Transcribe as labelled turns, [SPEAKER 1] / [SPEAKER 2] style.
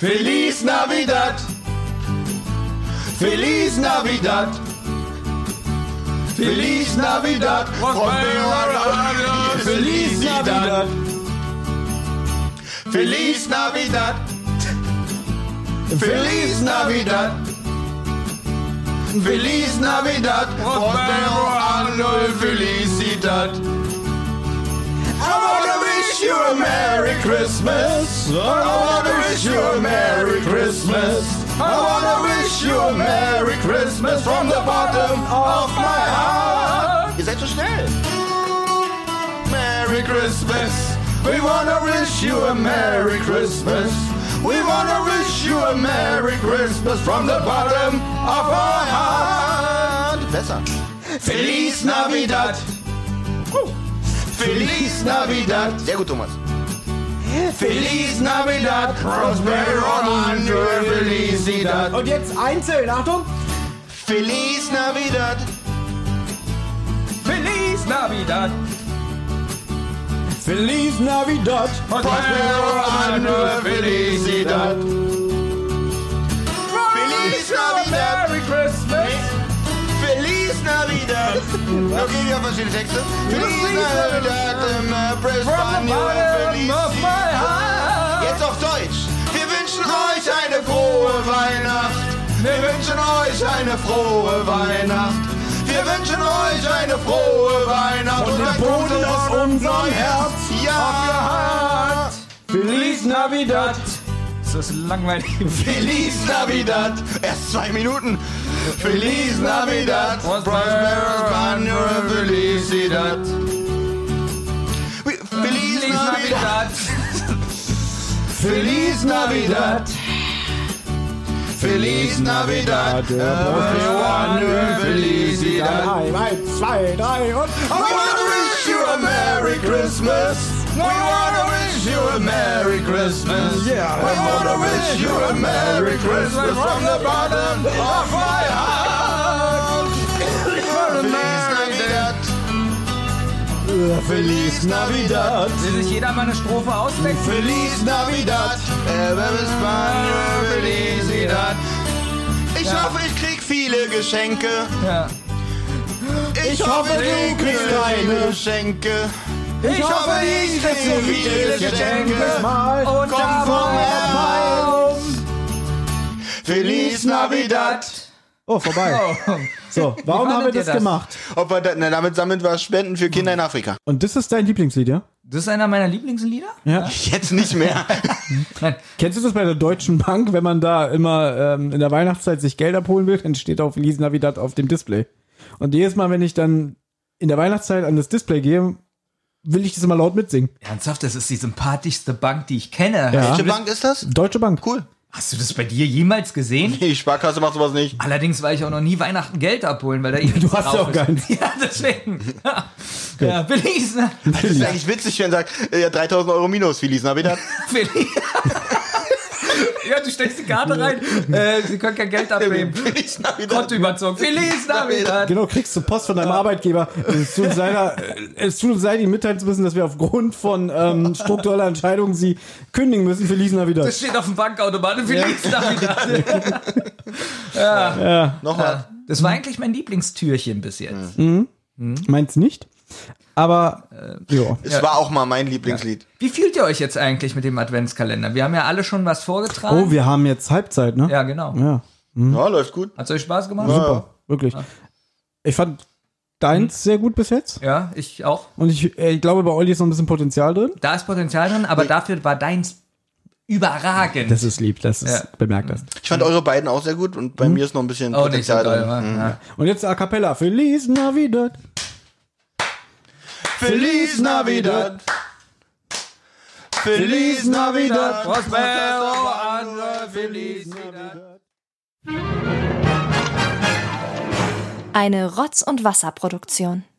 [SPEAKER 1] Feliz Navidad! Feliz Navidad! Feliz Navidad! Prospero- Feliz Navidad! Feliz Navidad! Feliz Navidad! Feliz Navidad! Prospero anno Felicidad! I wanna wish you a Merry Christmas! I wanna wish you a Merry Christmas! I wanna wish you a Merry Christmas from the bottom of my heart! Ihr seid so schnell! Merry Christmas. We wanna wish you a Merry Christmas. We wanna wish you a Merry Christmas from the bottom of our heart. Besser. Feliz Navidad. Feliz Navidad. Sehr gut, Thomas. Feliz Navidad. Prospero Andro Felicidad.
[SPEAKER 2] Und jetzt einzeln, Achtung!
[SPEAKER 1] Feliz Navidad.
[SPEAKER 3] Feliz Navidad!
[SPEAKER 2] Feliz Navidad!
[SPEAKER 1] Prospero Andro Felicidad. Feliz Navidad.
[SPEAKER 3] Merry Christmas!
[SPEAKER 1] Feliz Navidad. No geht wieder verschiedene Texte. Feliz Navidad, um, uh, Press
[SPEAKER 3] From the
[SPEAKER 1] Panio,
[SPEAKER 3] bottom
[SPEAKER 1] Feliz.
[SPEAKER 3] of my heart!
[SPEAKER 1] Jetzt auf Deutsch. Wir wünschen euch eine frohe Weihnacht. Wir wünschen euch eine frohe Weihnacht. Wir wünschen euch eine frohe Weihnacht.
[SPEAKER 2] Und den
[SPEAKER 1] ein
[SPEAKER 2] Boden
[SPEAKER 1] gutes
[SPEAKER 2] aus
[SPEAKER 1] und
[SPEAKER 2] unserem
[SPEAKER 1] neues
[SPEAKER 2] Herz!
[SPEAKER 1] Jahr.
[SPEAKER 2] Feliz Navidad!
[SPEAKER 3] Das ist langweilig.
[SPEAKER 1] Feliz Navidad. Erst zwei Minuten. Feliz Navidad. Prospero Panio, Felicidad. Feliz
[SPEAKER 3] Feliz
[SPEAKER 1] Navidad.
[SPEAKER 3] Navidad!
[SPEAKER 1] Feliz Navidad. Feliz Navidad. Everyone Felicidad.
[SPEAKER 2] Ein, eins, zwei, drei und...
[SPEAKER 1] We want to wish you a Merry Christmas. We want to wish you a Merry Christmas.
[SPEAKER 2] Yeah.
[SPEAKER 1] We want to wish you a Merry Christmas from the bottom of my heart. Feliz Navidad. Feliz Navidad.
[SPEAKER 3] Will sich jeder mal eine Strophe ausdenken?
[SPEAKER 1] Feliz Navidad, Herbe Spanien, Felicidad. Ich hoffe, ich krieg viele Geschenke.
[SPEAKER 3] Ja.
[SPEAKER 1] Ich,
[SPEAKER 2] hoffe, du kriegst keine.
[SPEAKER 1] Geschenke.
[SPEAKER 3] Ich
[SPEAKER 1] hoffe, ich krieg so viele Geschenke.
[SPEAKER 2] Mal.
[SPEAKER 3] Und
[SPEAKER 1] Komm vom Herbst. Feliz Navidad.
[SPEAKER 2] Oh, vorbei. So, warum haben wir
[SPEAKER 3] fandet ihr
[SPEAKER 2] das,
[SPEAKER 3] das?
[SPEAKER 2] gemacht?
[SPEAKER 1] Ob wir da, na, damit sammeln wir Spenden für Kinder in Afrika.
[SPEAKER 2] Und das ist dein Lieblingslied, ja?
[SPEAKER 3] Das ist einer meiner Lieblingslieder?
[SPEAKER 2] Ja.
[SPEAKER 1] Jetzt nicht mehr.
[SPEAKER 3] Nein.
[SPEAKER 2] Kennst du das bei der Deutschen Bank, wenn man da immer ähm, in der Weihnachtszeit sich Geld abholen will, dann steht auf Feliz Navidad auf dem Display. Und jedes Mal, wenn ich dann in der Weihnachtszeit an das Display gehe, will ich das immer laut mitsingen.
[SPEAKER 3] Ernsthaft, das ist die sympathischste Bank, die ich kenne.
[SPEAKER 2] Ja.
[SPEAKER 1] Welche Bank ist das?
[SPEAKER 2] Deutsche Bank.
[SPEAKER 1] Cool.
[SPEAKER 3] Hast du das bei dir jemals gesehen?
[SPEAKER 1] Die Sparkasse macht sowas nicht.
[SPEAKER 3] Allerdings war ich auch noch nie Weihnachten Geld abholen, weil da eh nichts
[SPEAKER 2] hast
[SPEAKER 3] drauf
[SPEAKER 2] ja auch
[SPEAKER 3] ist.
[SPEAKER 2] keins.
[SPEAKER 3] Ja, deswegen. Ja, ne? Feliz, Na-
[SPEAKER 1] Das ist eigentlich witzig, wenn man sagt, äh, 3000 Euro minus, Feliz Navidad.
[SPEAKER 3] Feliz. Ja, du steckst die Karte rein. Äh, sie können kein Geld abnehmen.
[SPEAKER 1] Feliz Navidad.
[SPEAKER 3] Konto überzogen. Feliz Navidad.
[SPEAKER 2] Genau, kriegst du Post von deinem Arbeitgeber. Es tut uns leider, es tut uns leid, Ihnen mitteilen zu müssen, dass wir aufgrund von ähm, struktureller Entscheidungen Sie kündigen müssen. Feliz Navidad.
[SPEAKER 3] Das steht auf dem Bankautomaten. Feliz Navidad.
[SPEAKER 1] Nochmal.
[SPEAKER 3] Das war eigentlich mein Lieblingstürchen bis jetzt.
[SPEAKER 2] Meint's nicht? Aber, äh, jo.
[SPEAKER 1] Es war auch mal mein Lieblingslied.
[SPEAKER 3] Wie fühlt ihr euch jetzt eigentlich mit dem Adventskalender? Wir haben ja alle schon was vorgetragen.
[SPEAKER 2] Oh, wir haben jetzt Halbzeit, ne?
[SPEAKER 3] ja, genau.
[SPEAKER 2] ja.
[SPEAKER 1] Ja, läuft gut.
[SPEAKER 3] Hat's euch Spaß gemacht?
[SPEAKER 1] Ja.
[SPEAKER 2] Super, wirklich. Ich fand deins sehr gut bis jetzt.
[SPEAKER 3] Ja, ich auch.
[SPEAKER 2] Und ich, äh, ich glaube, bei Olli ist noch ein bisschen Potenzial drin.
[SPEAKER 3] Da ist Potenzial drin, aber dafür war deins überragend.
[SPEAKER 2] Das ist lieb, das ist,
[SPEAKER 3] Ja.
[SPEAKER 2] bemerkt das.
[SPEAKER 1] Ich fand eure beiden auch sehr gut und bei mir ist noch ein bisschen
[SPEAKER 3] oh, nicht so
[SPEAKER 1] Potenzial
[SPEAKER 3] geil,
[SPEAKER 1] drin. Mhm.
[SPEAKER 3] wa? ja.
[SPEAKER 2] Und jetzt A Cappella. Feliz Navidad.
[SPEAKER 1] Feliz Navidad. Feliz Navidad.
[SPEAKER 3] Prospero anno felicidad.
[SPEAKER 4] Eine Rotz- und Wasserproduktion.